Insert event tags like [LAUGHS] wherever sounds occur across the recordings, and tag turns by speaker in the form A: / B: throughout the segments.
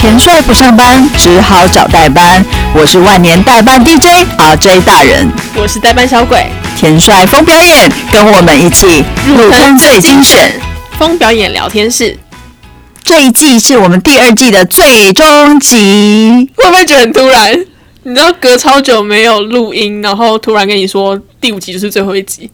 A: 田帅不上班，只好找代班。我是万年代班 DJ RJ 大人，
B: 我是代班小鬼。
A: 田帅疯表演，跟我们一起入坑最精选。
B: 风表演聊天室，
A: 这一季是我们第二季的最终集，
B: 会不会觉得很突然？你知道隔超久没有录音，然后突然跟你说第五集就是最后一集，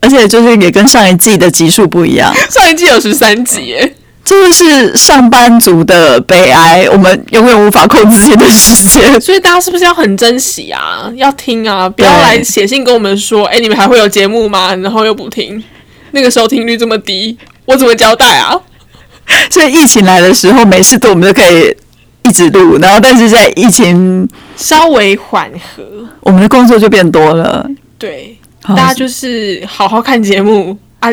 A: 而且就是也跟上一季的集数不一
B: [LAUGHS]
A: 样，
B: 上一季有十三集耶，
A: 这就是上班族的悲哀。我们永远无法控制自己的时间。
B: 所以大家是不是要很珍惜啊？要听啊，不要
A: 对
B: 来写信跟我们说，哎、你们还会有节目吗？然后又不听，那个收听率这么低，我怎么交代啊？
A: 所以疫情来的时候，没事做我们就可以一直录，然后但是在疫情，
B: 稍微缓和，哦
A: 我们的工作就变多了。
B: 对，大家就是好好看节目啊，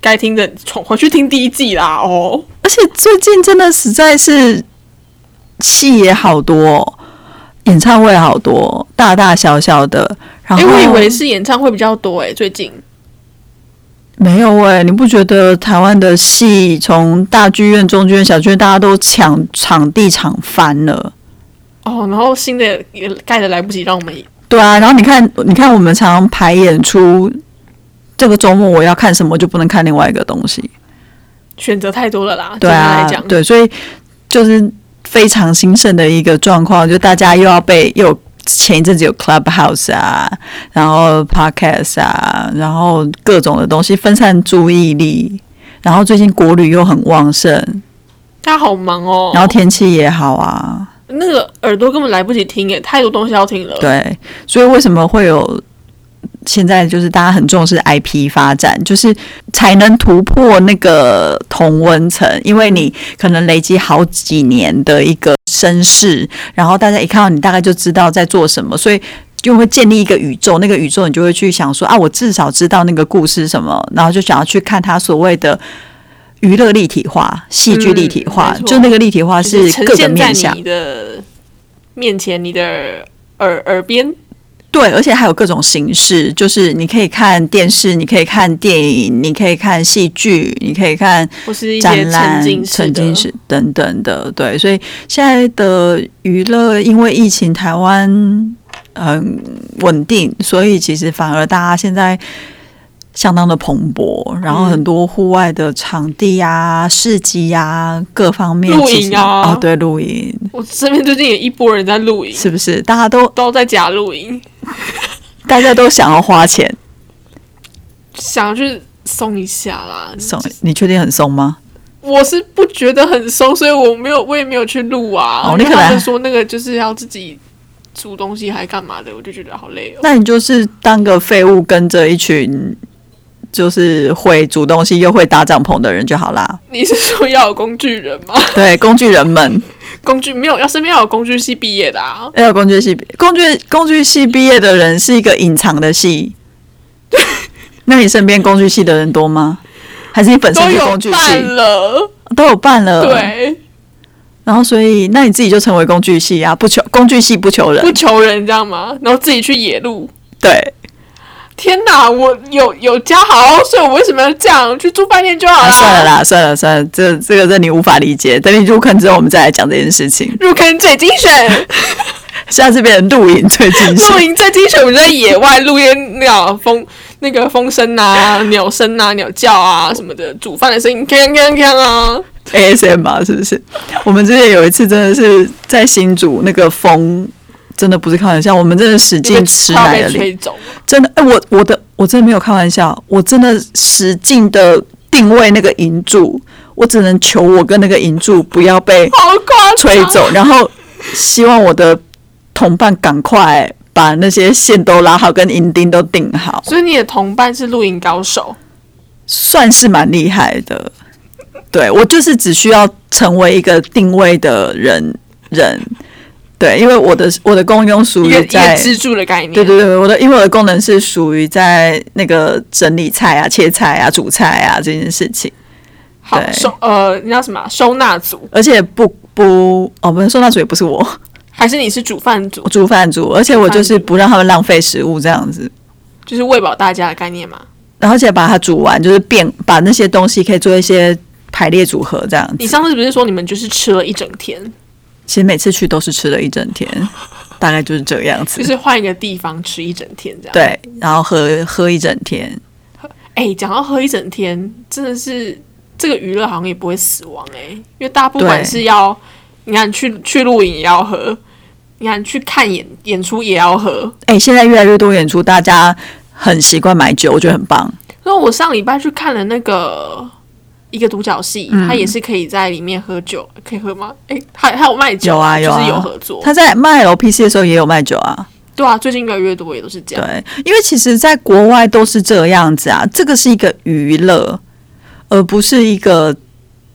B: 该听的重回去听第一季啦哦。
A: 而且最近真的实在是戏也好多，演唱会好多，大大小小的。然
B: 哎、
A: 后
B: 我以为是演唱会比较多哎、最近
A: 没有哎、你不觉得台湾的戏从大剧院、中剧院、小剧院，大家都抢场地抢翻了？
B: 哦，然后新的也盖的来不及让我们
A: 对啊，然后你看，你看我们常排演出，这个周末我要看什么就不能看另外一个东西。
B: 选择太多了啦，
A: 对
B: 简单
A: 啊
B: 来讲，，
A: 对，所以就是非常兴盛的一个状况，就大家又要被又有前一阵子有 Clubhouse 啊，然后 Podcast 啊，然后各种的东西分散注意力，然后最近国旅又很旺盛，
B: 大家好忙哦。
A: 然后天气也好啊，
B: 那个耳朵根本来不及听哎，太多东西要听了。
A: 对，所以为什么会有现在就是大家很重视 IP 发展，就是才能突破那个同温层，因为你可能累积好几年的一个身世，然后大家一看到你大概就知道在做什么，所以。就会建立一个宇宙，那个宇宙你就会去想说啊，我至少知道那个故事是什么，然后就想要去看它所谓的娱乐立体化、戏剧立体
B: 嗯
A: 化，
B: 没错
A: 就那个立体化
B: 就是呈
A: 各个
B: 现在
A: 面向
B: 你。的面前，你的耳耳边，
A: 对，而且还有各种形式，就是你可以看电视，你可以看电影，你可以看戏剧，你可以看
B: 或是一些
A: 展
B: 沉
A: 览、
B: 浸式
A: 沉
B: 的
A: 浸式等等的。对，所以现在的娱乐因为疫情，台湾很稳定，所以其实反而大家现在。相当的蓬勃，然后
B: 嗯
A: 很多户外的场地啊、市集啊，各方面
B: 露
A: 其实
B: 营啊
A: 哦，对，露营
B: 我身边最近有一波人在露营，
A: 是不是？大家都
B: 都在家露营，
A: 大家都想要花钱，
B: 想要去松一下啦。
A: 松，你确定很松吗？
B: 我是不觉得很松，所以我没有，我也没有去录啊。
A: 哦
B: 因
A: 你
B: 为
A: 可能
B: 他们说那个就是要自己煮东西还干嘛的，我就觉得好累哦。
A: 那你就是当个废物，跟着一群就是会煮东西又会搭帐篷的人就好啦。
B: 你是说要有工具人吗？ [LAUGHS]
A: 对，工具人们
B: 工具没有，要身边要有工具系毕业的啊。
A: 要有工具系，工具工具系毕业的人是一个隐藏的系。那你身边工具系的人多吗？还是你本
B: 都
A: 身就
B: 有
A: 工具
B: 伴
A: 系嗯
B: 了，
A: 都有办了？。
B: 对，
A: 然后所以那你自己就成为工具系啊，不求工具系不求人
B: 不。求人，你知道吗？然后自己去野路。
A: 对，
B: 天哪，我有有家好，所以我为什么要这样去住饭店就好
A: 啊
B: 啦？
A: 算了啦，算了算了，这这个任你无法理解。等你入坑之后，我们再来讲这件事情。
B: 入坑最精选，
A: 下次变成露营最 [LAUGHS] 精神
B: 露。营最精选，我们在野外露天那个风那个风声啊、鸟声啊、鸟叫啊什么的，煮饭的声音，锵锵锵啊！
A: ASM 吧，是不是？我们之前有一次真的是在新竹那个风，真的不是开玩笑，我们真的使
B: 你被
A: 劲吃
B: 快
A: 奶
B: 被
A: 了力，
B: 吹走，
A: 真的，哎、我我的我真的没有开玩笑，我真的使劲的定位那个银柱，我只能求我跟那个银柱不要被
B: [LAUGHS] 好夸张，
A: 吹走，然后希望我的同伴赶快把那些线都拉好，跟银钉都定好，
B: 所以你的同伴是露营高手，
A: 算是蛮厉害的。对我就是只需要成为一个定位的人人，对，因为我的我的功用属
B: 一个
A: 于
B: 一
A: 在
B: 个，支柱的概念。
A: 对对对，我的因为我的功能是属于在那个整理菜啊、切菜啊、煮菜啊这件事情，
B: 好
A: 对
B: 收呃，你叫什么啊、收纳组，
A: 而且不不哦，不是说那主也不是我， [LAUGHS]
B: 还是你是煮饭组
A: 我，煮饭煮，而且我就
B: 煮
A: 是
B: 饭
A: 不让他们浪费食物这样子。
B: 就是喂饱大家的概念嘛？
A: 然后而且把它煮完，就是变把那些东西可以做一些排列组合这样
B: 你
A: 子。
B: 上次不是说你们就是吃了一整天？
A: 其实每次去都是吃了一整天， [LAUGHS] 大概就是这个样子
B: 就。是换一个地方吃一整天这样。，
A: 对，然后喝喝一整天，
B: 哎、讲到喝一整天，真的是这个娱乐好像也不会死亡哎、因为大家不
A: 对
B: 管是要你看去去露营也要喝，你看去看演演出也要喝。
A: 哎、现在越来越多演出，大家很习惯买酒，我觉得很棒。
B: 那我上礼拜去看了那个一个独角戏，
A: 嗯
B: 他也是可以在里面喝酒，可以喝吗？哎、还还有卖酒，
A: 有啊有
B: 就
A: 啊
B: 是有合作。
A: 他在卖 LPC 的时候也有卖酒啊，
B: 对啊，最近越来越多也都是这样。
A: 对，因为其实在国外都是这样子啊，这个是一个娱乐，而不是一个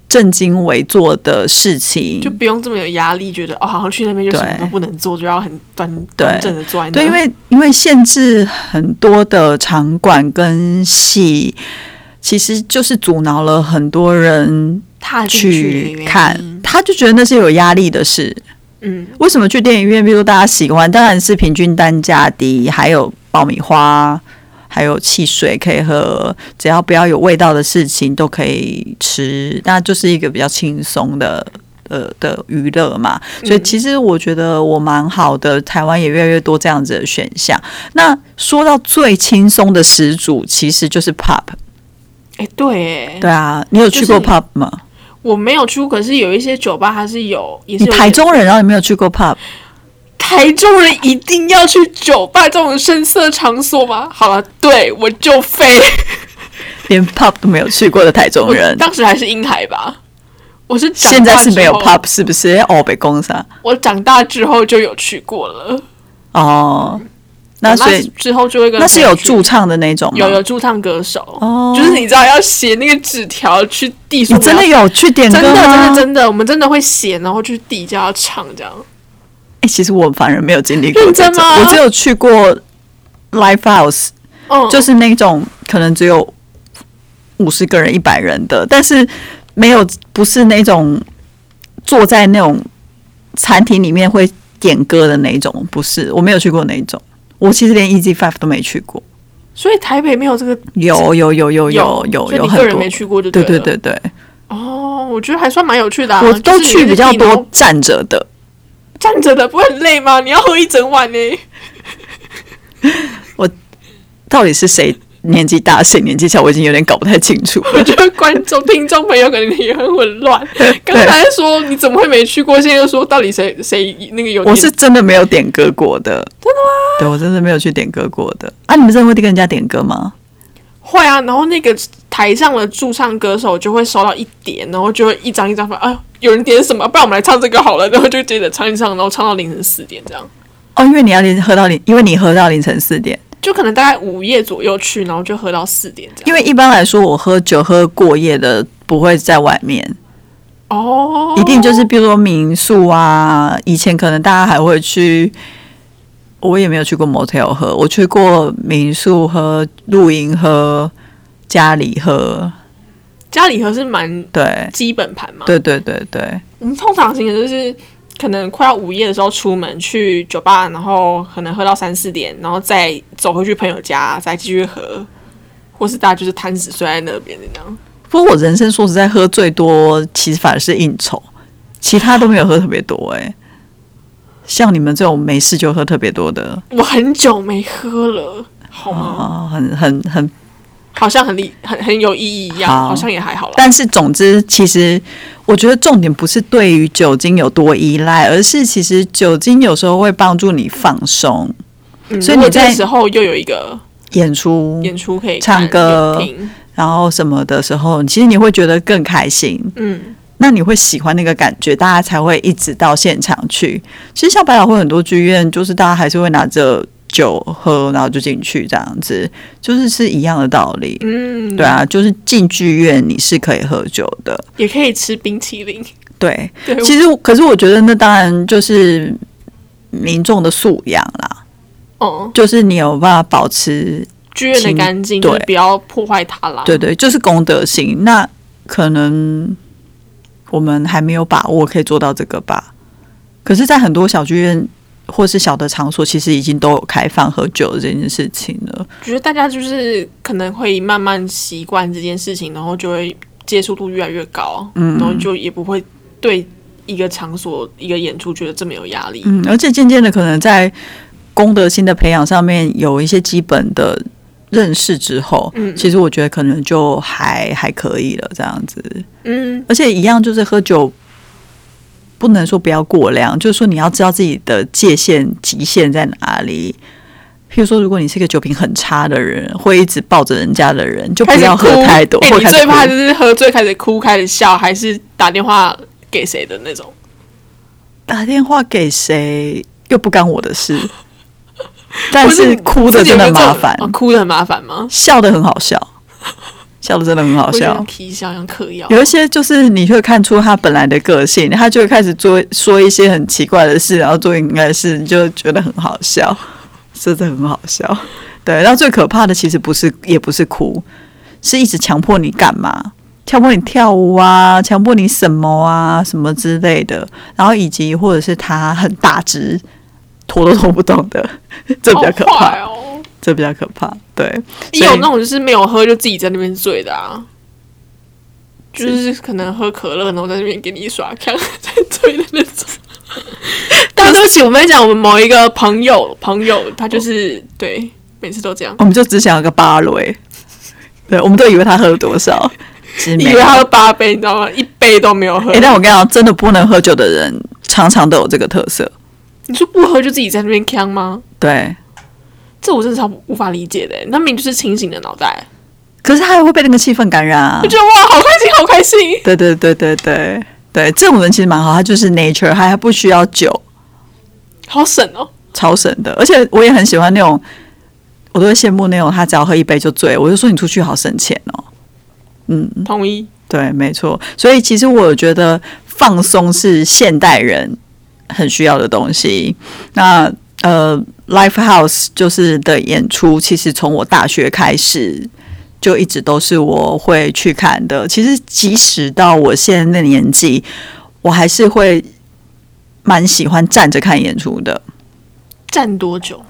A: 正襟危坐的事情
B: 就。不用这么有压力，觉得哦，好像去那边就什么
A: 对
B: 都不能做，就要很端
A: 对
B: 端正的坐在那。
A: 对，因为因为限制很多的场馆跟戏，其实就是阻挠了很多人
B: 踏进的原
A: 去
B: 因
A: 看，他就觉得那是有压力的事。
B: 嗯，
A: 为什么去电影院？比如说大家喜欢，当然是平均单价低，还有爆米花，还有汽水可以喝，只要不要有味道的事情都可以吃，那就是一个比较轻松的。呃的娱乐嘛，所以其实我觉得我蛮好的，台湾也越来越多这样子的选项。那说到最轻松的始祖，其实就是 pub。
B: 哎、对，哎，
A: 对啊，你有去过
B: 就是
A: pub 吗？
B: 我没有去过，可是有一些酒吧它是有，也是
A: 你
B: 有 [LAUGHS]
A: 台中人，然后你没有去过 pub？
B: 台中人一定要去酒吧这种声色场所吗？好了，对我就飞。
A: 连 pub 都没有去过的台中
B: 我
A: 人，
B: 当时还是婴孩吧，我是长
A: 现在
B: 大
A: 是没有
B: 之后
A: pub 是不是？哦，被攻杀
B: 我长大之后就有去过了。
A: 哦，那所
B: 长
A: 以
B: 大之后就会跟
A: 那是有
B: 朋友去
A: 驻唱的那种吗？
B: 有有驻唱歌手，
A: 哦
B: 就是你知道要写那个纸条去递说
A: 你
B: 我要，
A: 真的有去点歌
B: 真的真
A: 吗？
B: 的真的，我们真的会写，然后去递叫他唱这样。
A: 哎，其实我反而没有经历过
B: 认
A: 这
B: 真
A: 种，
B: 吗
A: 我只有去过 live house，
B: 嗯，
A: 就是那种可能只有五十个人、一百人的，但是没有不是那种坐在那种餐厅里面会点歌的那一种，不是，我没有去过那一种。我其实连 Easy Five 都没去过，
B: 所以台北没有这个
A: 有有有有有有
B: 所以
A: 有
B: 你
A: 很
B: 个人
A: 多
B: 没，去过就
A: 对
B: 对
A: 对
B: 了
A: 对对，
B: 哦，我觉得还算蛮有趣的、啊。
A: 我都
B: 就是
A: 去
B: 你
A: 比较
B: 自己然
A: 多
B: 后
A: 站着的，
B: 站着的，不会很累吗？你要喝一整晚呢、 [LAUGHS]
A: 到底是谁年纪大谁年纪小，我已经有点搞不太清楚
B: [LAUGHS] 我
A: 了。
B: 觉得观众、听众朋友可能也很混
A: [LAUGHS]
B: 乱。刚才说你怎么会没去过，现在又说到底谁谁那个有点？
A: 我是真的没有点歌过的，真的吗？对我真的没有去点歌过的啊！你们真的会跟人家点歌吗？
B: 会啊，然后那个台上的驻唱歌手就会收到一点，然后就会一张一张翻，啊，有人点什么，不然我们来唱这个好了，然后就接着唱一唱，然后唱到凌晨四点这样，
A: 哦，因为你要凌喝到凌，因为你喝到凌晨四点。
B: 就可能大概午夜左右去，然后就喝到四点这样。
A: 因为一般来说，我喝酒喝过夜的不会在外面，
B: 哦，
A: 一定就是比如说民宿啊。以前可能大家还会去，我也没有去过 motel 喝，我去过民宿喝、露营喝、家里喝。
B: 家里喝是蛮
A: 对，
B: 基本盘嘛。，
A: 对对对对，
B: 我们通常行程就是可能快要午夜的时候出门去酒吧，然后可能喝到三四点，然后再走回去朋友家，再继续喝，或是大家就是摊死睡在那边这样。
A: 不过我人生说实在喝最多，其实反而是应酬，其他都没有喝特别多哎、像你们这种没事就喝特别多的，
B: 我很久没喝了，好吗？
A: 哦，很很很，
B: 好像很厉很很有意义一样，
A: 好
B: 好像也还好啦。
A: 但是总之，其实我觉得重点不是对于酒精有多依赖，而是其实酒精有时候会帮助你放松，
B: 嗯
A: 所以
B: 如果
A: 你在
B: 这时候又有一个
A: 演出，
B: 演出可以
A: 唱
B: 看
A: 歌
B: 可以听，
A: 然后什么的时候，其实你会觉得更开心，
B: 嗯，
A: 那你会喜欢那个感觉，大家才会一直到现场去。其实像百老汇很多剧院，就是大家还是会拿着酒喝，然后就进去这样子，就是是一样的道理。
B: 嗯，
A: 对，啊，就是进剧院你是可以喝酒的，
B: 也可以吃冰淇淋。
A: 对。
B: 对，
A: 其实，可是哎我觉得那当然就是民众的素养啦，
B: 哦，
A: 就是你有办法保持，
B: 剧院的
A: 请
B: 干净，
A: 对
B: 就是不要破坏它啦。
A: 对对，就是公德心。那可能我们还没有把握可以做到这个吧。可是，在很多小剧院或是小的场所，其实已经都有开放喝酒的这件事情了。
B: 觉得大家就是可能会慢慢习惯这件事情，然后就会接受度越来越高，嗯，然后就也不会对一个场所一个演出觉得这么有压力。
A: 嗯，而且渐渐的，可能在公德心的培养上面有一些基本的认识之后，
B: 嗯
A: 其实我觉得可能就还还可以了，这样子。
B: 嗯，
A: 而且一样就是喝酒，不能说不要过量，就是说你要知道自己的界限极限在哪里。譬如说，如果你是一个酒品很差的人，会一直抱着人家的人，就
B: 开
A: 不
B: 始
A: 要喝
B: 哭
A: 太多。
B: 哎
A: 或
B: 你
A: 开始
B: 最
A: 哭
B: 怕就是喝醉开始哭、开始笑，还是打电话给谁的那种？
A: 打电话给谁又不干我的
B: [LAUGHS]
A: 事，但
B: 或
A: 是哭的
B: 自己有
A: 真的
B: 没有这
A: 麻
B: 种
A: 烦，
B: 哦哭的很麻烦吗？
A: 笑的很好笑，笑的真的很好
B: 我觉得
A: 笑
B: 像。皮笑，像嗑药。
A: 有一些就是你会看出他本来的个性，他就会开始做说一些很奇怪的事，然后做应该是你就觉得很好笑， [LAUGHS] 真的很好笑。对，然后最可怕的其实不是也不是哭，是一直强迫你干嘛，强迫你跳舞啊，强迫你什么啊什么之类的，然后以及或者是他很大只，拖都拖不动的， [LAUGHS] 这比较可
B: 好
A: 怕，
B: 坏哦。
A: 这比较可怕。对，
B: 也有
A: 所以
B: 那种就是没有喝就自己在那边醉的啊，就是可能喝可乐，然后在那边给你耍看 [LAUGHS] 在醉的那种。但 [LAUGHS] 对不起，我们讲我们某一个朋友，朋友他就是对，每次都这样，
A: 我们就只想要个芭蕾，对，我们都以为他喝了多少，其实没
B: 以
A: 有
B: 为他喝八杯，你知道吗？一杯都没有喝
A: 哎、。但我跟你讲，真的不能喝酒的人，常常都有这个特色。
B: 你说不喝就自己在那边呛吗？
A: 对，
B: 这我真的超无法理解的欸，那明明就是清醒的脑袋，
A: 可是他也会被那个气氛感染啊
B: 就。觉得哇，好开心，好开心。
A: 对对对对对对，这种人其实蛮好，他就是 nature，他还不需要酒，
B: 好省哦！
A: 超神的。而且我也很喜欢那种，我都会羡慕那种他只要喝一杯就醉，我就说你出去好省钱哦。嗯，
B: 同意，
A: 对，没错。所以其实我觉得放松是现代人很需要的东西。那呃，Lifehouse 就是的演出，其实从我大学开始就一直都是我会去看的。其实即使到我现在的年纪，我还是会蛮喜欢站着看演出的。
B: 站多久？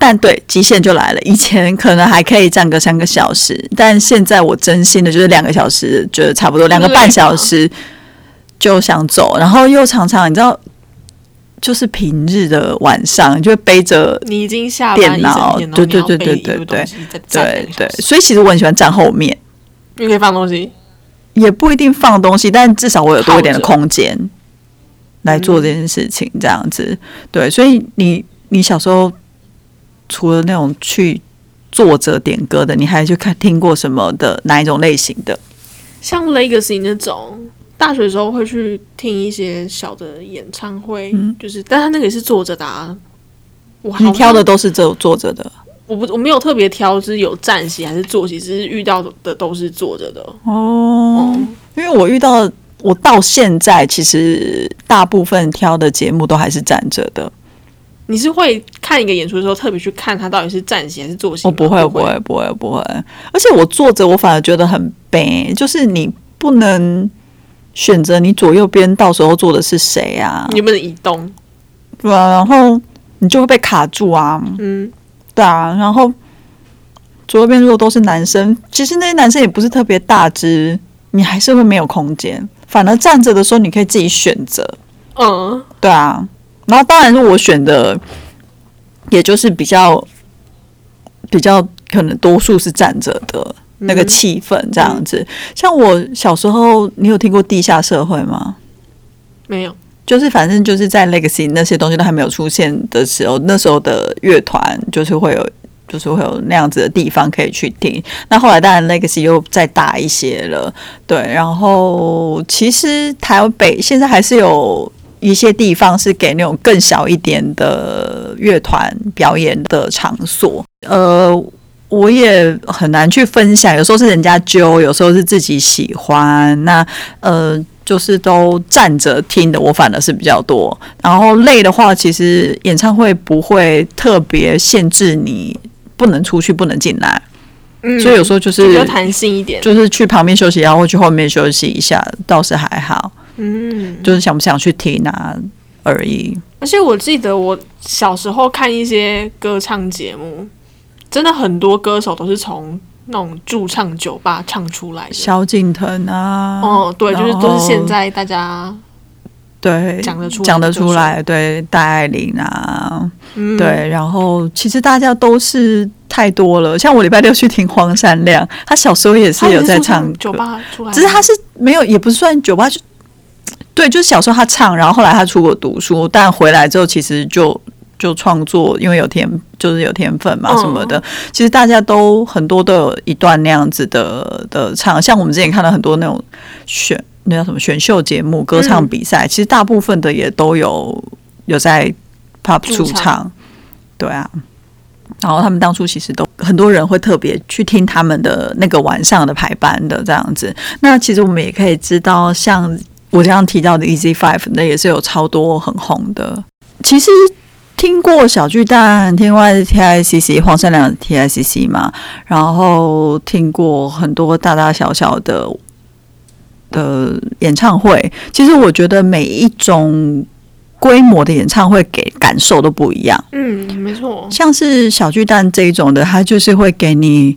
A: 但对，极限就来了。以前可能还可以站个三个小时，但现在我真心的就是两个小时，觉得差不多，两个半小时就想走。然后又常常你知道，就是平日的晚上，就会背着
B: 你已经下班
A: 电脑
B: 一整天然后
A: 对对
B: 你要
A: 对
B: 背
A: 对
B: 一堆
A: 对
B: 东西再站
A: 对
B: 两个
A: 对
B: 小，时
A: 所以其实我很喜欢站后面，
B: 你可以放东西，
A: 也不一定放东西，但至少我有多一点的
B: 靠
A: 空间来做这件事情，这样子。对，所以你你小时候除了那种去坐着点歌的，你还去看听过什么的哪一种类型的？
B: 像 Legacy 那种，大学的时候会去听一些小的演唱会，
A: 嗯
B: 就是，但他那个也是坐着的、啊。我好
A: 你
B: 像
A: 挑的，都是这种坐着的
B: 我不我没有特别挑，就是有站席还是坐席，只是遇到的都是坐着的。
A: 哦
B: 嗯，
A: 因为我遇到我到现在其实大部分挑的节目都还是站着的，
B: 你是会看一个演出的时候特别去看他到底是站席还是坐席吗？
A: 我哦不会，不会，不会，不会。而且我坐着，我反而觉得很悲，就是你不能选择你左右边到时候坐的是谁啊
B: 你，有没有移动？
A: 对啊，然后你就会被卡住啊，
B: 嗯，
A: 对啊，然后左右边如果都是男生，其实那些男生也不是特别大只，你还是会没有空间。反而站着的时候，你可以自己选择，
B: 嗯，
A: 对啊，然后当然是我选的，也就是比较比较可能多数是站着的那个气氛这样子。像我小时候，你有听过地下社会吗？
B: 没有，
A: 就是反正就是在 Legacy 那些东西都还没有出现的时候，那时候的乐团就是会有。就是会有那样子的地方可以去听。那后来当然 Legacy 又再大一些了，对。然后其实台北现在还是有一些地方是给那种更小一点的乐团表演的场所。呃，我也很难去分享，有时候是人家揪，有时候是自己喜欢。那呃，就是都站着听的，我反而是比较多。然后累的话，其实演唱会不会特别限制你不能出去、不能进来，
B: 嗯，
A: 所以有时候就
B: 比较
A: 是
B: 弹性一点。
A: 就是去旁边休息一下，然后去后面休息一下，倒是还好，
B: 嗯，
A: 就是想不想去听啊而已。
B: 而且我记得我小时候看一些歌唱节目，真的很多歌手都是从那种驻唱酒吧唱出来的。
A: 萧敬腾啊，
B: 哦，对，就是
A: 然后
B: 都是现在大家
A: 对，
B: 讲得出
A: 讲得出
B: 就
A: 来，对，戴爱玲啊，
B: 嗯，
A: 对，然后其实大家都是太多了，像我礼拜六去听荒山亮，他小时候也是
B: 他也
A: 有
B: 是
A: 在
B: 从
A: 唱
B: 酒
A: 歌，
B: 吧出来的，
A: 只是他是没有，也不算酒吧，就对，就是小时候他唱，然后后来他出国读书，但回来之后其实就就创作，因为有天就是有天分嘛
B: 嗯
A: 什么的。其实大家都很多都有一段那样子的的唱，像我们之前看到很多那种选那叫什么选秀节目、歌
B: 嗯
A: 唱比赛，其实大部分的也都有有在 pop 驻
B: 驻唱
A: 唱，对啊。然后他们当初其实都很多人会特别去听他们的那个晚上的排班的这样子。那其实我们也可以知道，像我刚刚提到的 Easy Five，那也是有超多很红的。其实听过小巨蛋，听过 TICC 黄山良 TICC 嘛，然后听过很多大大小小的的演唱会。其实我觉得每一种规模的演唱会给感受都不一样。
B: 嗯，没错，
A: 像是小巨蛋这一种的，它就是会给你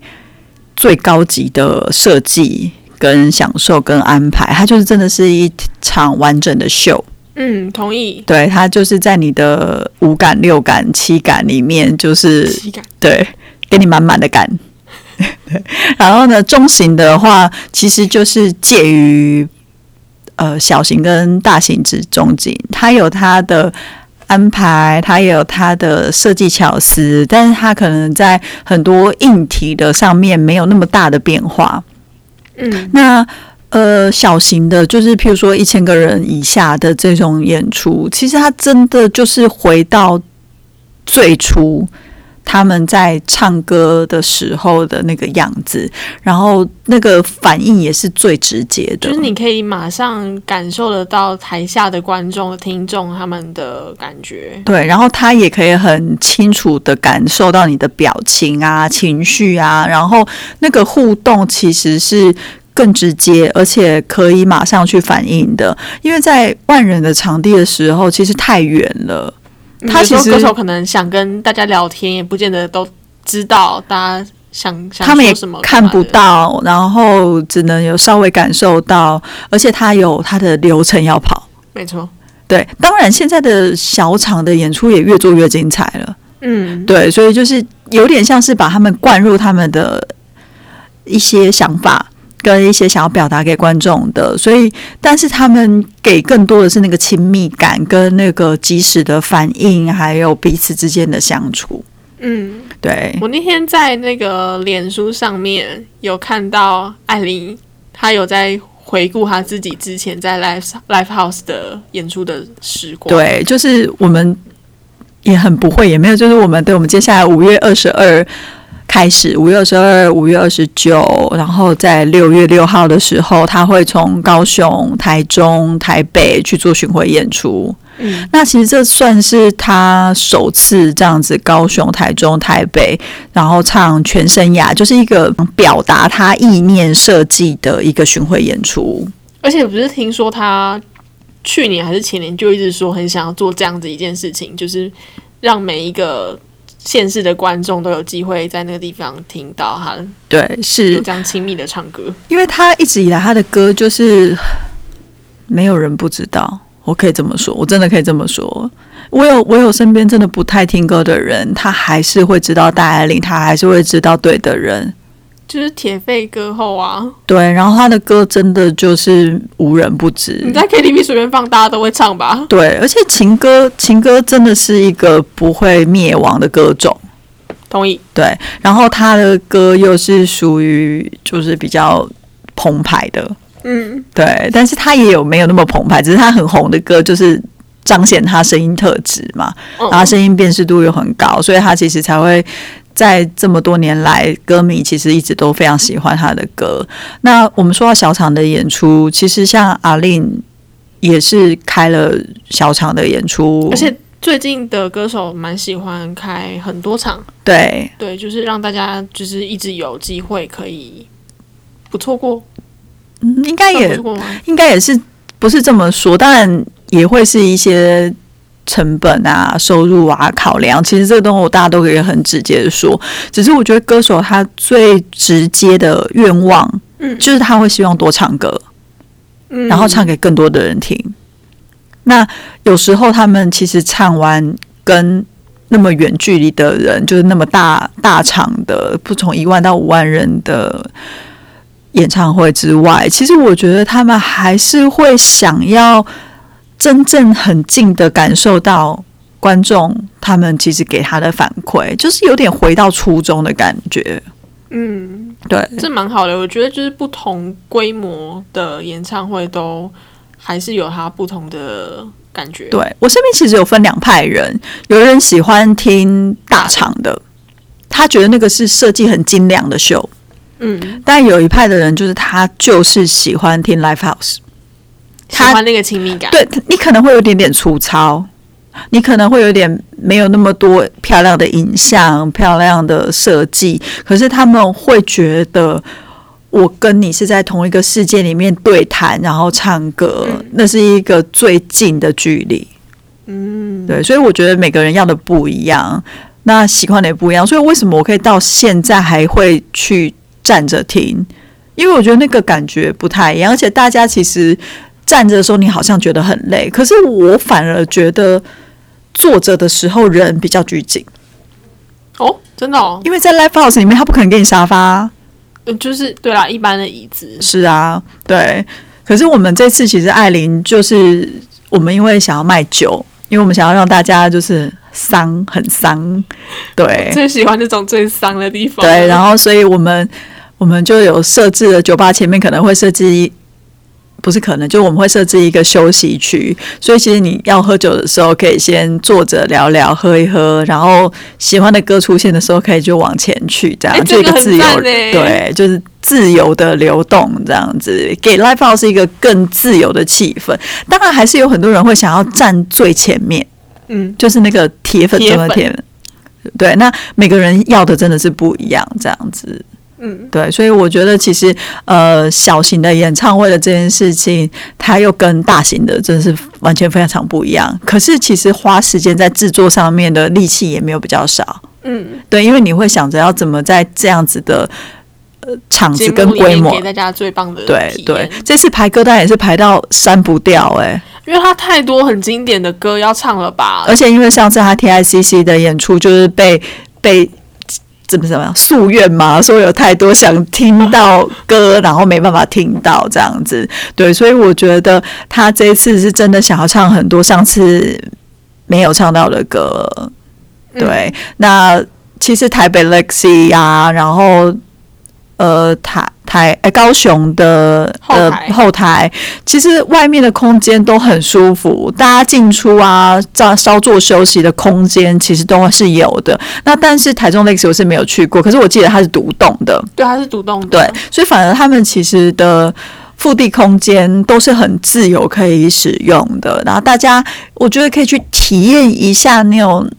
A: 最高级的设计、跟享受、跟安排，它就是真的是一场完整的秀。
B: 嗯，同意，
A: 对，它就是在你的五感、六感、七感里面，就是
B: 体感，
A: 对，给你满满的感。 [LAUGHS] 对，然后呢，中型的话，其实就是介于呃小型跟大型之中间，它有它的安排，它也有它的设计巧思，但是它可能在很多硬体的上面没有那么大的变化。
B: 嗯，
A: 那呃，小型的，就是譬如说一千个人以下的这种演出，其实它真的就是回到最初他们在唱歌的时候的那个样子，然后那个反应也是最直接的。
B: 就是你可以马上感受得到台下的观众、听众他们的感觉，
A: 对，然后他也可以很清楚的感受到你的表情啊、情绪啊，然后那个互动其实是更直接，而且可以马上去反应的。因为在万人的场地的时候，其实太远了，
B: 嗯
A: 他
B: 有时候
A: 其实
B: 歌手可能想跟大家聊天，也不见得都知道大家想想
A: 他们也
B: 说什么，
A: 看不
B: 干嘛
A: 到，然后只能有稍微感受到，而且他有他的流程要跑。
B: 的，没错，
A: 对，当然现在的小场的演出也越做越精彩了。
B: 嗯，
A: 对，所以就是有点像是把他们灌入他们的一些想法跟一些想要表达给观众的，所以但是他们给更多的是那个亲密感跟那个及时的反应，还有彼此之间的相处。
B: 嗯。
A: 对，
B: 我那天在那个脸书上面有看到艾琳，她有在回顾她自己之前在 Live Live House 的演出的时光。，
A: 对，就是我们也很不会，也没有，就是我们对我们接下来五月二十二开始，五月二十二、五月二十九，然后在六月六号的时候，他会从高雄、台中、台北去做巡回演出。
B: 嗯，
A: 那其实这算是他首次这样子，高雄、台中、台北，然后唱全生涯，就是一个表达他意念设计的一个巡回演出。
B: 而且不是听说她去年还是前年就一直说很想要做这样子一件事情，就是让每一个县市的观众都有机会在那个地方听到她
A: 对，是
B: 就这样亲密的唱歌。
A: 因为他一直以来他的歌就是没有人不知道，我可以这么说，我真的可以这么说。我有我有身边真的不太听歌的人，他还是会知道戴爱玲，他还是会知道对的人，
B: 就是铁肺歌后啊，
A: 对。然后他的歌真的就是无人不知，
B: 你在 KTV 随便放，大家都会唱吧？
A: 对。而且情歌情歌真的是一个不会灭亡的歌种。
B: 同意。
A: 对，然后他的歌又是属于就是比较澎湃的，
B: 嗯，
A: 对，但是他也有没有那么澎湃，只是他很红的歌就是彰显他声音特质嘛，
B: 嗯
A: 然后声音辨识度又很高，所以他其实才会在这么多年来，歌迷其实一直都非常喜欢他的歌。那我们说到小场的演出，其实像阿令也是开了小场的演出，
B: 而且最近的歌手蛮喜欢开很多场，
A: 对
B: 对，就是让大家就是一直有机会可以不错过，
A: 嗯应该
B: 算
A: 也
B: 不错过吗？
A: 应该也是不是这么说，当然也会是一些成本啊、收入啊考量。其实这个东西大家都可以很直接的说，只是我觉得歌手他最直接的愿望
B: 嗯，
A: 就是他会希望多唱歌，
B: 嗯
A: 然后唱给更多的人听。那有时候他们其实唱完跟那么远距离的人，就是那么大大场的，不从一万到五万人的演唱会之外，其实我觉得他们还是会想要真正很近的感受到观众他们其实给他的反馈，就是有点回到初衷的感觉。
B: 嗯，
A: 对，
B: 这蛮好的。我觉得就是不同规模的演唱会都还是有它不同的感觉。
A: 对我身边其实有分两派人，有人喜欢听大场的，他觉得那个是设计很精良的秀；
B: 嗯，
A: 但有一派的人就是他就是喜欢听 live house，
B: 喜
A: 他
B: 欢那个亲密感。
A: 对你可能会有点点粗糙，你可能会有点没有那么多漂亮的影像、漂亮的设计，可是他们会觉得。我跟你是在同一个世界里面对谈，然后唱歌，
B: 嗯
A: 那是一个最近的距离。
B: 嗯，
A: 对，所以我觉得每个人要的不一样，那喜欢的也不一样，所以为什么我可以到现在还会去站着听？因为我觉得那个感觉不太一样，而且大家其实站着的时候你好像觉得很累，可是我反而觉得坐着的时候人比较拘谨，
B: 哦，真的哦，
A: 因为在 live house 里面他不可能给你沙发啊、
B: 呃就是对啦，一般的椅子。
A: 是啊，对。可是我们这次其实艾琳就是我们因为想要卖酒，因为我们想要让大家就是丧很丧，对，
B: 最喜欢这种最丧的地方。
A: 对，然
B: 后
A: 后所以我们我们就有设置了酒吧前面可能会设置一，不是可能，就是我们会设置一个休息区。所以其实你要喝酒的时候，可以先坐着聊聊，喝一喝，然后喜欢的歌出现的时候，可以就往前去，这样、
B: 哎
A: 就一
B: 这个很
A: 自由，
B: 赞欸
A: 对，就是自由的流动这样子，给 live house 一个更自由的气氛。当然，还是有很多人会想要站最前面。
B: 嗯，
A: 就是那个铁粉
B: 铁
A: 中的
B: 粉
A: 铁粉。对，那每个人要的真的是不一样，这样子。
B: 嗯，
A: 对，所以我觉得其实呃，小型的演唱会的这件事情，它又跟大型的真的是完全非常不一样。可是其实花时间在制作上面的力气也没有比较少。
B: 嗯，
A: 对，因为你会想着要怎么在这样子的呃场
B: 节
A: 子
B: 目
A: 跟
B: 里面
A: 规模
B: 给，大家最棒的
A: 对
B: 体验
A: 对，这次排歌单也是排到删不掉哎、
B: 因为它太多很经典的歌要唱了吧？
A: 而且因为上次他 TICC 的演出就是被被怎么怎么样夙愿嘛，说有太多想听到歌，然后没办法听到这样子，对，所以我觉得他这一次是真的想要唱很多上次没有唱到的歌，
B: 嗯
A: 对，那其实台北 Lexi 啊，然后呃台台、呃高雄的
B: 后
A: 呃
B: 台
A: 后台，其实外面的空间都很舒服，大家进出啊，这稍作休息的空间其实都是有的。那但是台中 Lexi 我是没有去过，可是我记得它是独栋的，
B: 对，它是独栋的。
A: 对，所以反而他们其实的腹地空间都是很自由可以使用的，然后大家我觉得可以去体验一下那种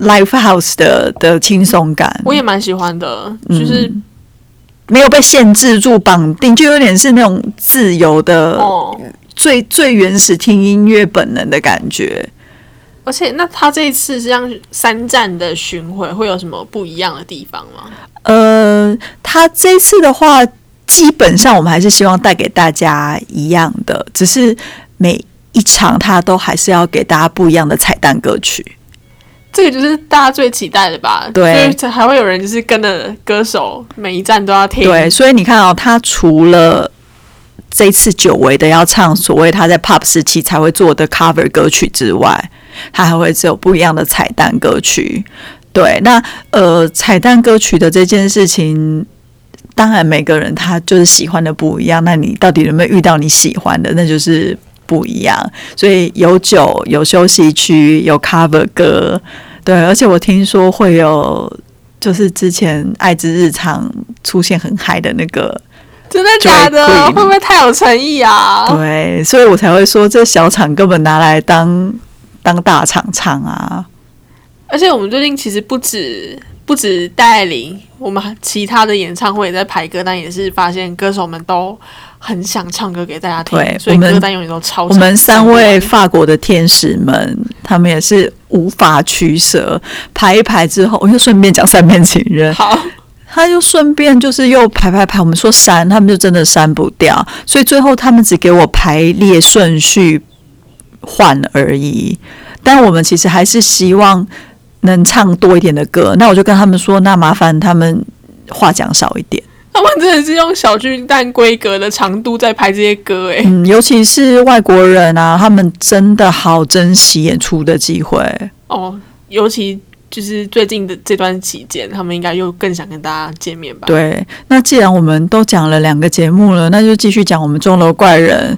A: live house 的的轻松感，
B: 我也蛮喜欢的，
A: 嗯
B: 就是、
A: 没有被限制住绑定，就有点是那种自由的、
B: 哦，
A: 最最原始听音乐本能的感觉。
B: 而且那他这一次是让三站的巡回会有什么不一样的地方吗？
A: 呃，他这次的话，基本上我们还是希望带给大家一样的，只是每一场他都还是要给大家不一样的彩蛋歌曲。
B: 这个就是大家最期待的吧？
A: 对
B: 所以才还会有人就是跟着歌手每一站都要听。
A: 对，所以你看哦，他除了这次久违的要唱所谓他在 pop 时期才会做的 cover 歌曲之外，他还会有不一样的彩蛋歌曲。对，那呃，彩蛋歌曲的这件事情，当然每个人他就是喜欢的不一样。那你到底有没有遇到你喜欢的？那就是不一样。所以有酒，有休息区，有 cover 歌，对。而且我听说会有，就是之前《爱之日常》出现很嗨的那个，
B: 真的假的
A: Drag？queen
B: 会不会太有诚意啊？
A: 哦对，所以我才会说这小厂根本拿来当当大厂唱啊。
B: 而且我们最近其实不止不止戴爱玲，我们还其他的演唱会也在排歌单，也是发现歌手们都很想唱歌给大家
A: 对
B: 听，所以
A: 我们
B: 歌单永远都超长。
A: 我们三位法国的天使们，他们也是无法取舍，排一排之后，我就顺便讲三面情人，
B: 好，
A: 他就顺便就是又排排排，我们说删，他们就真的删不掉，所以最后他们只给我排列顺序。换而已。但我们其实还是希望能唱多一点的歌。那我就跟他们说，那麻烦他们话讲少一点。
B: 他们真的是用小巨蛋规格的长度在拍这些歌、欸，哎、
A: 嗯，尤其是外国人啊，他们真的好珍惜演出的机会。
B: 哦，尤其就是最近的这段期间，他们应该又更想跟大家见面吧？
A: 对，那既然我们都讲了两个节目了，那就继续讲我们钟楼怪人。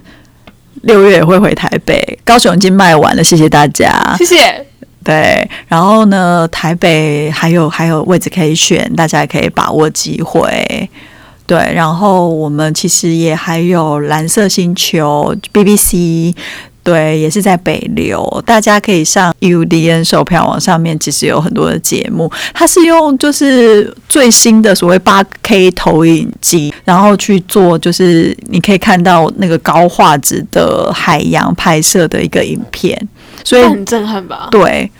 A: 六月也会回台北，高雄已经卖完了，谢谢大家。
B: 谢谢，
A: 对，然后呢，台北还有还有位置可以选，大家也可以把握机会。对，然后我们其实也还有蓝色星球 BBC，对，也是在北流，大家可以上 UDN 售票网上面，其实有很多的节目，它是用就是最新的所谓八 K 投影机，然后去做，就是你可以看到那个高画质的海洋拍摄的一个影片，所以
B: 那很震撼吧？
A: 对，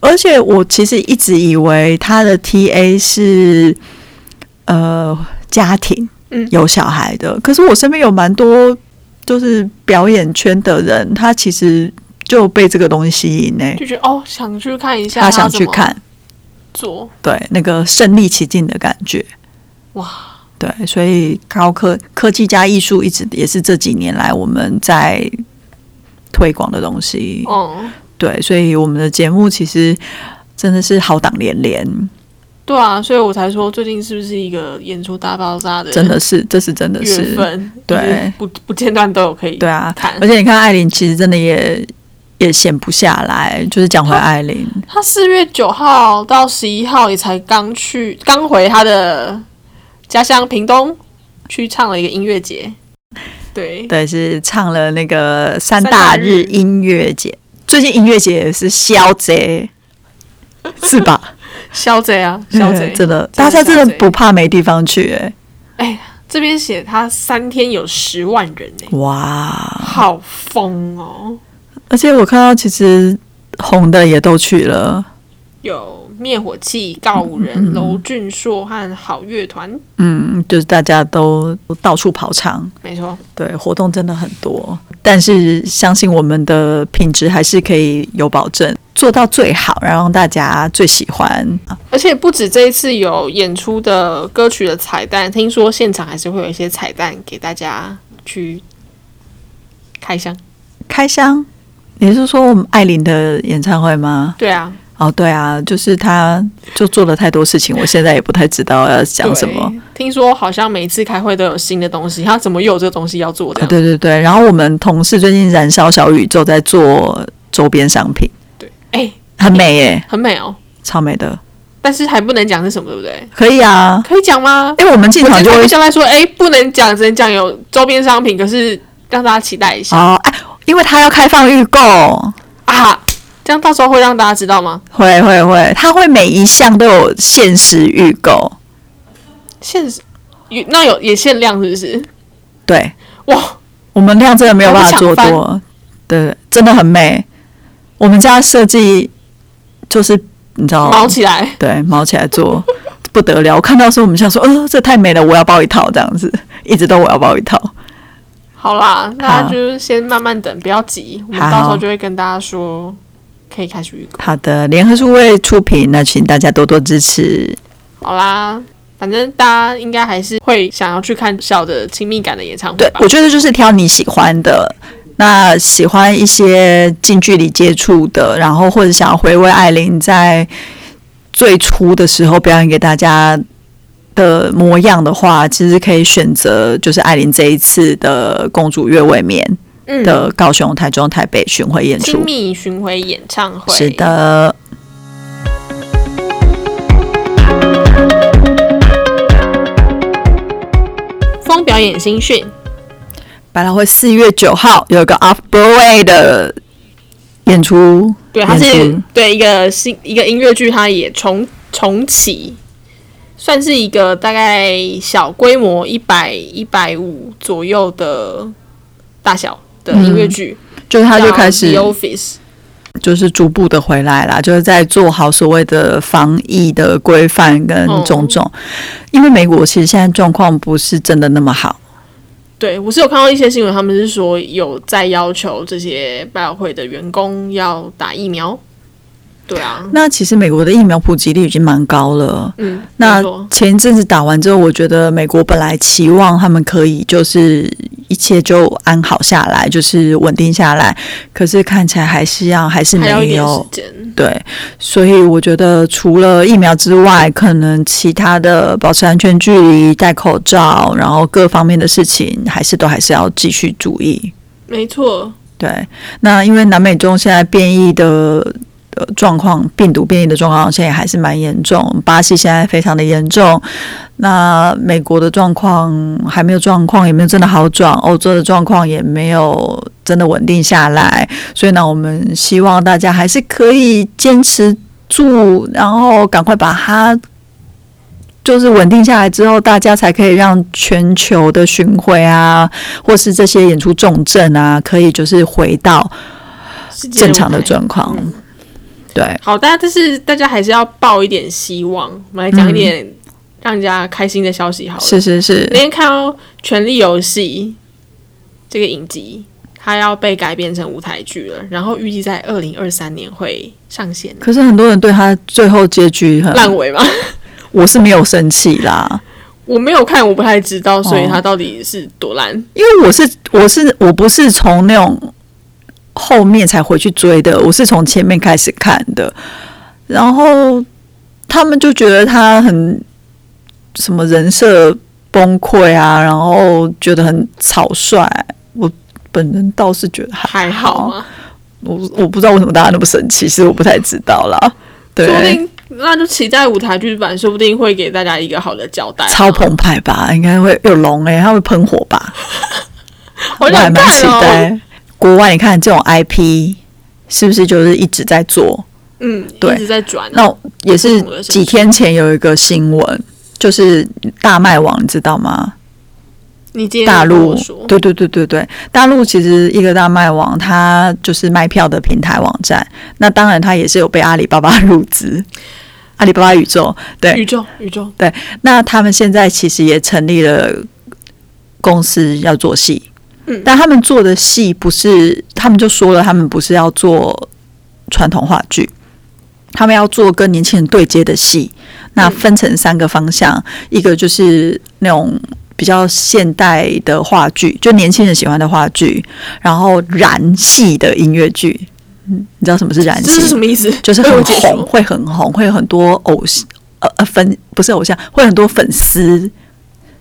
A: 而且我其实一直以为他的 TA 是呃家庭
B: 嗯
A: 有小孩的，可是我身边有蛮多就是表演圈的人，他其实就被这个东西吸引呢、
B: 就觉得哦，想去看一下
A: 他
B: 要
A: 想
B: 怎
A: 去
B: 么
A: 看，
B: 做，
A: 对那个身临其境的感觉。
B: 哇，
A: 对，所以高科科技加艺术一直也是这几年来我们在推广的东西。
B: 嗯，
A: 对，所以我们的节目其实真的是好党连连，
B: 对啊，所以我才说最近是不是一个演出大爆炸的
A: 真的是，这是真的
B: 月
A: 是，
B: 份？
A: 对
B: 就是不不间断都有可以
A: 对啊。
B: 看
A: 而。且你看，艾琳其实真的也也闲不下来。就是讲回
B: 她
A: 艾琳，
B: 他四月九号到十一号也才刚去，刚回他的家乡屏东去唱了一个音乐节。对，
A: 对，是唱了那个三
B: 三
A: 大
B: 大
A: 日
B: 日
A: 音乐节。最近音乐节也是消贼，是
B: [LAUGHS]
A: 吧？
B: 肖贼啊，
A: [LAUGHS]，
B: 肖贼
A: 真的，大
B: 真的
A: 家真
B: 肖
A: 的
B: 贼
A: 不怕没地方去、欸，
B: 哎这边写他三天有十万人呢、
A: 哇！
B: 好疯哦！
A: 而且我看到其实红的也都去了，
B: 有灭火器、告五人、娄俊硕和好乐团，
A: 嗯，就是大家都都到处跑场。
B: 没错，
A: 对，活动真的很多，但是相信我们的品质还是可以有保证，做到最好，然后让大家最喜欢。
B: 而且不止这一次有演出的歌曲的彩蛋，听说现场还是会有一些彩蛋给大家去开箱。
A: 开箱，你是说我们艾琳的演唱会吗？
B: 对啊，
A: 哦，对啊，就是她就做了太多事情，我现在也不太知道要讲什么。
B: 对？听说好像每次开会都有新的东西，他怎么又有这个东西要做
A: 哦
B: 的？
A: 对对对，然后我们同事最近燃烧小宇宙在做周边商品，
B: 对，哎、
A: 很美耶，
B: 很美哦，
A: 超美的，
B: 但是还不能讲是什么，对不对？
A: 可以啊。
B: 可以讲吗？
A: 哎，我们进
B: 我
A: 场
B: 今
A: 就
B: 天
A: 会
B: 就来说，哎、不能讲，只能讲有周边商品，可是让大家期待一下
A: 哦，哎，因为它要开放预购。
B: 啊。这样到时候会让大家知道吗？
A: 会会会，它会每一项都有限时预购，
B: 限时，有那有也限量是不是？
A: 对
B: 哇，
A: 我们量真的没有办法做
B: 还不
A: 多，对，真的很美。我们家设计就是你知道，
B: 毛起来！
A: 对，毛起来做不得了。我看到的时候我们想说，呃，这太美了，我要包一套这样子，一直都我要包一套。
B: 好啦，大家就是先慢慢等，不要急，我们
A: 好
B: 到时候就会跟大家说可以开始预
A: 好的，联合数位出品，那请大家多多支持。
B: 购。好啦，反正大家应该还是会想要去看小的亲密感的演唱会
A: 对，
B: 吧
A: 我？觉得就是挑你喜欢的。那喜欢一些近距离接触的，然后或者想回味艾琳在最初的时候表演给大家的模样的话，其实可以选择就是艾琳这一次的《公主月未眠》
B: 嗯，
A: 的高雄、台中、台北巡回演
B: 亲
A: 出。
B: 密巡回演唱会
A: 是，的。
B: 风表演新讯，
A: 百老汇四月九号有一个 Off Broadway 的演出，
B: 对，它
A: 演
B: 是
A: 出
B: 对一个新一个音乐剧，它也重重启，算是一个大概小规模一百一百五左右的大小的音乐剧，
A: 就是嗯他就
B: 叫
A: 开始
B: The Office，
A: 就是逐步的回来啦，就是在做好所谓的防疫的规
B: 哦
A: 范跟种种。因为美国其实现在状况不是真的那么好，
B: 对我是有看到一些新闻，他们是说有在要求这些百老汇的员工要打疫苗。对啊，
A: 那其实美国的疫苗普及率已经蛮高了。
B: 嗯，
A: 那
B: 没错
A: 前一阵子打完之后，我觉得美国本来期望他们可以就是一切就安好下来，就是稳定下来，可是看起来还是要还是
B: 还要
A: 没
B: 一点
A: 有
B: 时。间。
A: 对，所以我觉得除了疫苗之外，可能其他的保持安全距离、戴口罩，然后各方面的事情，还是都还是要继续注意。
B: 没错，
A: 对，那因为南美洲现在变异的呃状况，病毒变异的状况现在还是蛮严重，巴西现在非常的严重，那美国的状况还没有状况，也没有真的好转，欧洲的状况也没有真的稳定下来，所以呢，我们希望大家还是可以坚持住，然后赶快把它。就是稳定下来之后，大家才可以让全球的巡回啊，或是这些演出重症啊，可以就是回到
B: 世界
A: 正常的
B: 舞台
A: 状况。
B: 嗯
A: 对，
B: 好，大家但是大家还是要抱一点希望，我们来讲一点让人家开心的消息好了。
A: 嗯是是是
B: 那，天看到《权力游戏》这个影集，它要被改编成舞台剧了，然后预计在二零二三年会上线。
A: 可是很多人对他最后结局很，
B: 烂尾吗？
A: 我是没有生气啦，
B: 我没有看，我不太知道，所以
A: 哦
B: 它到底是多烂。
A: 因为我是我是我不是从那种后面才回去追的，我是从前面开始看的，然后他们就觉得他很什么人设崩溃啊，然后觉得很草率。我本人倒是觉得还
B: 还好吗？
A: 我我不知道为什么大家那么生气，其实我不太知道啦。
B: 说不
A: 对，
B: 定那就期待舞台剧版，说不定会给大家一个好的交代。啊
A: 超澎湃吧，应该会有龙诶、欸，它会喷火吧。
B: 我
A: 还
B: 想
A: 蛮期
B: 看哦。
A: 待。国外你看这种 IP 是不是就是一直在做？
B: 嗯，
A: 对
B: 一直在转。
A: 那也是几天前有一个新闻，就是大麦网，你知道吗？
B: 你今天
A: 大
B: 有跟
A: 陆
B: 我说，
A: 对对对对对，大陆其实一个大麦网，它就是卖票的平台网站。那当然，它也是有被阿里巴 [LAUGHS] 巴入资，阿里巴巴宇宙。对
B: 宇宙宇宙
A: 那他们现在其实也成立了公司要做戏，
B: 嗯
A: 但他们做的戏不是，他们就说了，他们不是要做传统话剧，他们要做跟年轻人对接的戏。那
B: 嗯
A: 分成三个方向，一个就是那种比较现代的话剧，就年轻人喜欢的话剧，然后燃戏的音乐剧。嗯，你知道什么是燃
B: 这
A: 戏？
B: 是什么意思？
A: 就是
B: 为我
A: 很
B: 解
A: 红，
B: 说。
A: 会很红，会有很多偶像呃呃粉不是偶像，会很多粉丝，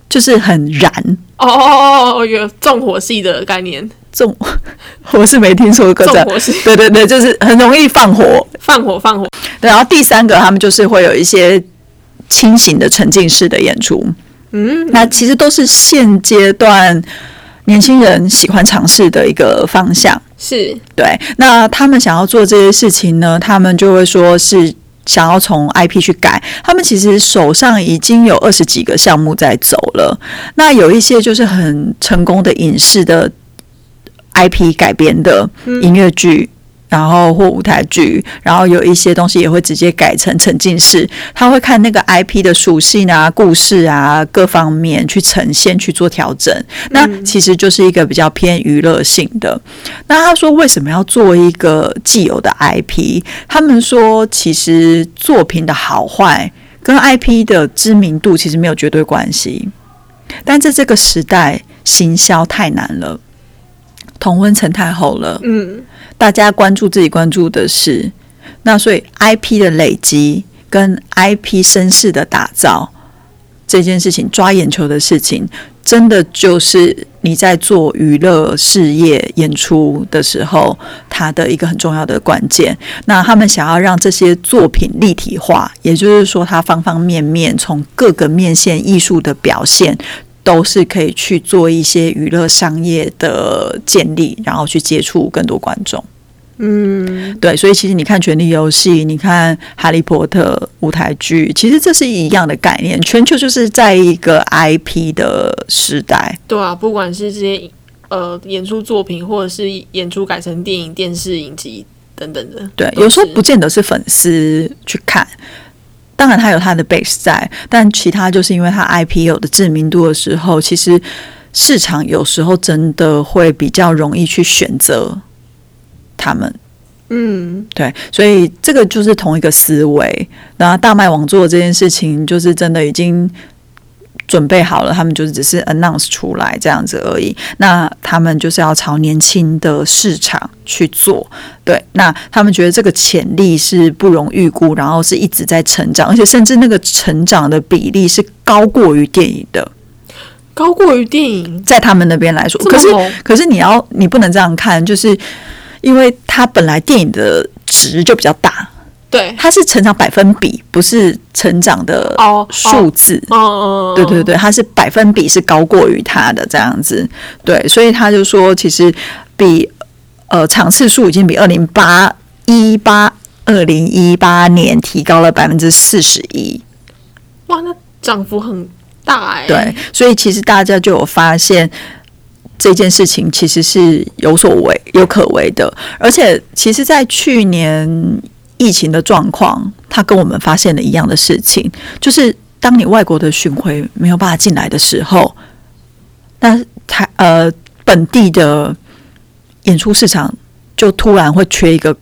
A: 就是很燃。
B: 哦哦哦哦哦，有纵火系的概念，
A: 这种 [LAUGHS] 我是没听说过
B: 纵
A: 这，
B: 火系
A: 啊对对对，就是很容易放火。
B: 放火放火，
A: 对然后第三个，他们就是会有一些清醒的沉浸式的演出。
B: 嗯，
A: 那其实都是现阶段年轻人喜欢尝试的一个方向。
B: 是
A: 对，那他们想要做这些事情呢，他们就会说是想要从 IP 去改。他们其实手上已经有二十几个项目在走了，那有一些就是很成功的影视的 IP 改编的音乐剧。然后或舞台剧，然后有一些东西也会直接改成沉浸式，他会看那个 IP 的属性啊、故事啊各方面去呈现去做调整。那其实就是一个比较偏娱乐性的。那他说为什么要做一个既有的 IP？他们说其实作品的好坏跟 IP 的知名度其实没有绝对关系，但在这个时代，行销太难了，同温层太厚了。
B: 嗯，
A: 大家关注自己关注的事，那所以 IP 的累积跟 IP 声势的打造这件事情，抓眼球的事情，真的就是你在做娱乐事业演出的时候，它的一个很重要的关键。那他们想要让这些作品立体化，也就是说，它方方面面从各个面线艺术的表现都是可以去做一些娱乐商业的建立，然后去接触更多观众。嗯，对，所以其实你看《权力游戏》，你看《哈利波特》舞台剧，其实这是一样的概念。全球就是在一个 IP 的时代，
B: 对啊，不管是这些呃演出作品，或者是演出改成电影、电视、影集等等的，
A: 对，
B: 都
A: 有时候
B: 是
A: 不见得是粉丝去看，当然他有他的 base 在，但其他就是因为他 IP 有的知名度的时候，其实市场有时候真的会比较容易去选择他们。
B: 嗯，
A: 对，所以这个就是同一个思维。那大麦网做的这件事情，就是真的已经准备好了，他们就是只是 announce 出来这样子而已。那他们就是要朝年轻的市场去做，对。那他们觉得这个潜力是不容预估，然后是一直在成长，而且甚至那个成长的比例是高过于电影的，
B: 高过于电影，
A: 在他们那边来说，
B: 这
A: 可
B: 么
A: 是
B: 猛
A: 可是你要你不能这样看，就是因为它本来电影的值就比较大。
B: 对，
A: 它是成长百分比，不是成长的
B: 哦
A: 数字。
B: 嗯嗯，嗯
A: 对对，对，它是百分比是高过于它的这样子。对，所以他就说，其实比呃场次数已经比二零八一八二零一八年提高了百分之四十一。
B: 哇，那涨幅很大哎、
A: 对，所以其实大家就有发现这件事情其实是有所为有可为的，而且其实，在去年疫情的状况，它跟我们发现了一样的事情，就是当你外国的巡回没有办法进来的时候，那台呃本地的演出市场就突然会缺一个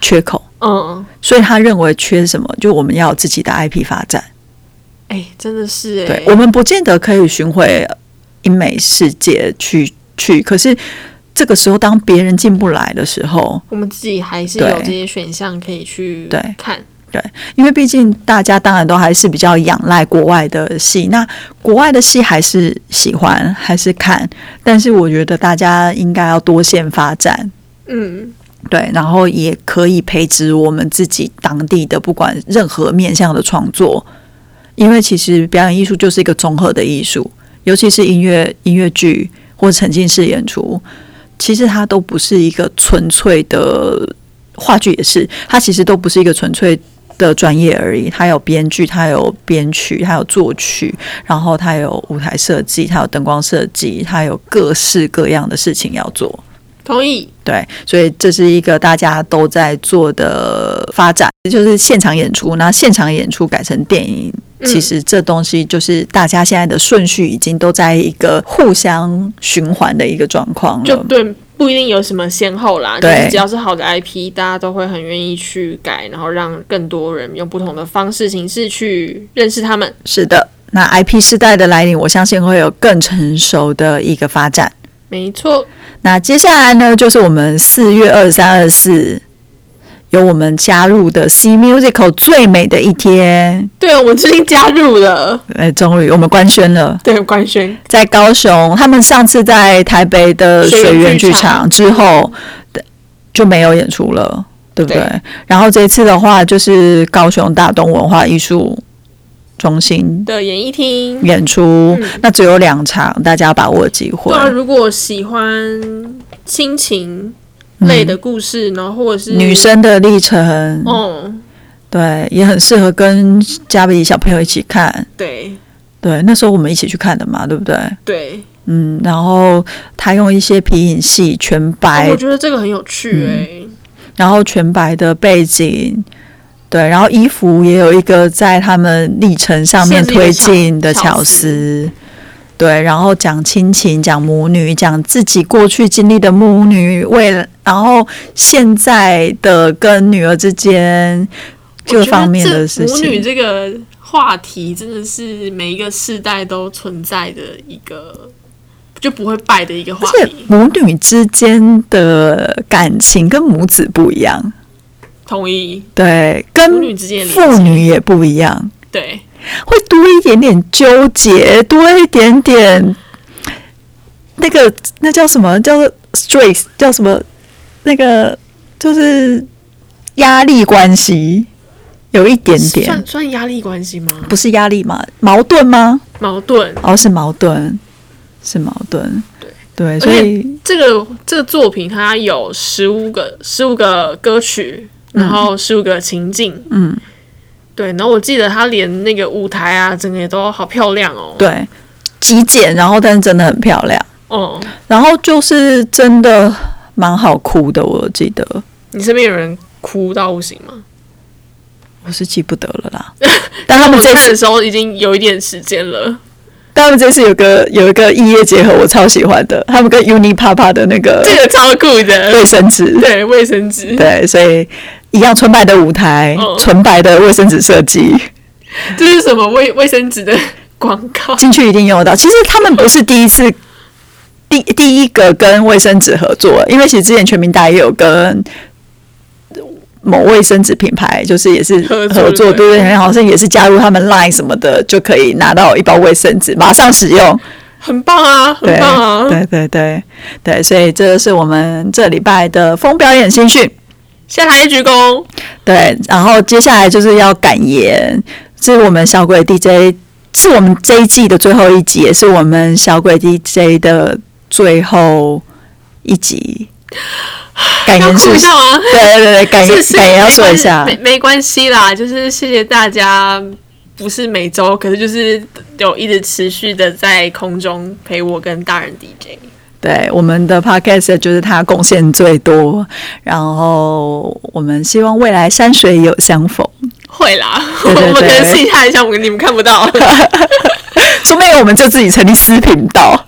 A: 缺口，
B: 嗯，
A: 所以他认为缺什么，就我们要有自己的 IP 发展。
B: 哎、真的是哎、
A: 对，我们不见得可以巡回呃英美世界去去，可是这个时候当别人进不来的时候，
B: 我们自己还是
A: 对
B: 有这些选项可以去
A: 对
B: 看，
A: 因为毕竟大家当然都还是比较仰赖国外的戏，那国外的戏还是喜欢还是看，但是我觉得大家应该要多线发展。
B: 嗯，
A: 对，然后也可以培植我们自己当地的不管任何面向的创作，因为其实表演艺术就是一个综合的艺术，尤其是音乐、音乐剧或沉浸式演出，其实它都不是一个纯粹的话剧，也是它其实都不是一个纯粹的专业而已，它有编剧，它有编曲，它有作曲，然后它有舞台设计，它有灯光设计，它有各式各样的事情要做。
B: 同意，
A: 对，所以这是一个大家都在做的发展，就是现场演出。那现场演出改成电影，
B: 嗯
A: 其实这东西就是大家现在的顺序已经都在一个互相循环的一个状况
B: 就
A: 了。
B: 对，不一定有什么先后啦，就
A: 对
B: 是只要是好的 IP，大家都会很愿意去改，然后让更多人用不同的方式形式去认识他们。
A: 是的，那 IP 时代的来临，我相信会有更成熟的一个发展。
B: 没错，
A: 那接下来呢，就是我们四月二三、二四。有我们加入的 C Musical 最美的一天，
B: 对我们最近加入了，
A: 哎，终于我们官宣了。
B: 对官宣，
A: 在高雄，他们上次在台北的水源剧场之后就没有演出了，对不对？
B: 对
A: 然后这一次的话，就是高雄大东文化艺术中心
B: 的演艺厅。
A: 演出，
B: 嗯
A: 那只有两场，大家要把握机会
B: 对。啊，如果喜欢亲情类的故事，然后或者是
A: 嗯女，生的历程，
B: 哦，
A: 对，也很适合跟家里小朋友一起看。
B: 对
A: 对，那时候我们一起去看的嘛，对不对？
B: 对，
A: 嗯，然后他用一些皮影戏全白
B: 哦我觉得这个很有趣哎、
A: 嗯然后全白的背景，对，然后衣服也有一个在他们历程上面推进的巧
B: 设
A: 思，对，然后讲亲情、讲母女、讲自己过去经历的母女，为了然后现在的跟女儿之间
B: 我
A: 各
B: 觉得
A: 方面的
B: 这
A: 事
B: 母女
A: 情，
B: 这个话题真的是每一个世代都存在的一个就不会败的一个话
A: 而且
B: 题。
A: 母女之间的感情跟母子不一样，
B: 同意，
A: 对，
B: 母
A: 跟
B: 女之间的连
A: 父
B: 接
A: 女也不一样。
B: 对，
A: 会多一点点纠结，多一点点那个那叫什么？叫做 stress，叫什么？那个就是压力关系，有一点点
B: 算算压力关系吗？
A: 不是压力吗？矛盾吗？
B: 矛盾。
A: 哦，是矛盾，是矛盾。对，
B: 而
A: 所
B: 且
A: 以
B: 这个这个作品它有十五个十五个歌曲，然后十五个情境，
A: 嗯，
B: 对。然后我记得它连那个舞台啊，整个也都好漂亮哦。，
A: 对极简，然后但是真的很漂亮，
B: 哦、
A: 然后就是真的蛮好哭的，我记得。
B: 你身边有人哭到不行吗？ [LAUGHS]
A: 我是记不得了啦，但他们
B: 我
A: 这
B: 看
A: 次
B: 的时候已经有一点时间了。
A: 但他们这次有个有一个异业结合，我超喜欢的，他们跟 Uni Papa 的那个
B: 这个超酷的，
A: 卫生纸，
B: 对卫生纸，
A: 对，所以一样纯白的舞台
B: 嗯，
A: 纯白的卫生纸设计，
B: 这是什么卫卫生纸的广告？
A: 进去一定用得到。其实他们不是第一次。第第一个跟卫生纸合作，因为其实之前全民大也有跟某卫生纸品牌，就是也是
B: 合作
A: 合作，
B: 对
A: 对不对？好像也是加入他们 Line 什么的，就可以拿到一包卫生纸，马上使用。
B: 很棒啊，很 [LAUGHS]
A: 对
B: 棒啊！
A: 对对对对，所以这是我们这礼拜的风表演新讯。
B: 下台鞠躬，
A: 对，然后接下来就是要感言，是我们小鬼 DJ，是我们这一季的最后一集，也是我们小鬼 DJ 的最后一集。感
B: 要
A: 言
B: 哭
A: 是
B: 一，下吗？
A: 对对对，感言
B: 是是
A: 感言哎要
B: 没
A: 说
B: 关
A: 一下
B: 没，没关系啦，就是谢谢大家，不是每周，可是就是有一直持续的在空中陪我跟大人 DJ。
A: 对我们的 podcast 就是他贡献最多，然后我们希望未来山水有相逢，
B: 会啦，
A: 对对
B: [LAUGHS] 我们可能
A: 对
B: 私底下一下，我你们看
A: [LAUGHS]
B: 不到。
A: 说不定我们就自己成立私频道，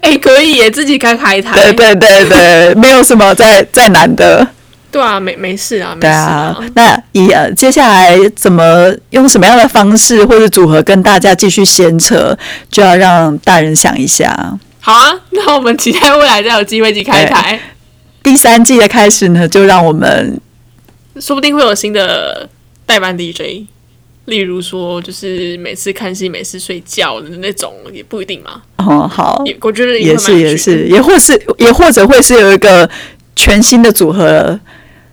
B: 哎、可以耶，自己开开台。
A: 对对对对，没有什么再再难的。
B: 对啊，没没事啊，没
A: 对
B: 事
A: 啊，那以呃接下来怎么用什么样的方式或者组合跟大家继续闲扯，就要让大人想一下。
B: 好啊，那我们期待未来再有机会一起开台，
A: 第三季的开始呢，就让我们
B: 说不定会有新的代班 DJ，例如说就是每次看戏、每次睡觉的那种，也不一定嘛。
A: 哦好，
B: 也我觉得
A: 也
B: 会蛮
A: 是
B: 有
A: 也
B: 趣的，
A: 是，也或是也或者会是有一个全新的组合，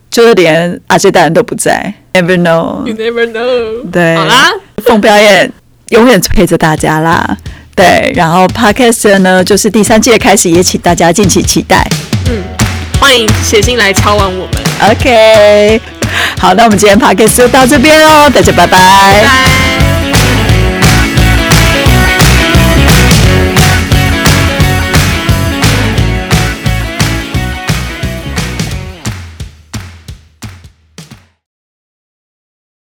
A: 就是连阿杰大人都不在，never
B: You
A: know。
B: never know。
A: 对，
B: 好啦，
A: 凤表演永远陪着大家啦。对，然后 podcast 呢，就是第三季的开始，也请大家敬请期待。
B: 欢迎写信来敲完我们，
A: OK，好，那我们今天 podcast 哦就到这边喽，大家拜拜
B: 拜。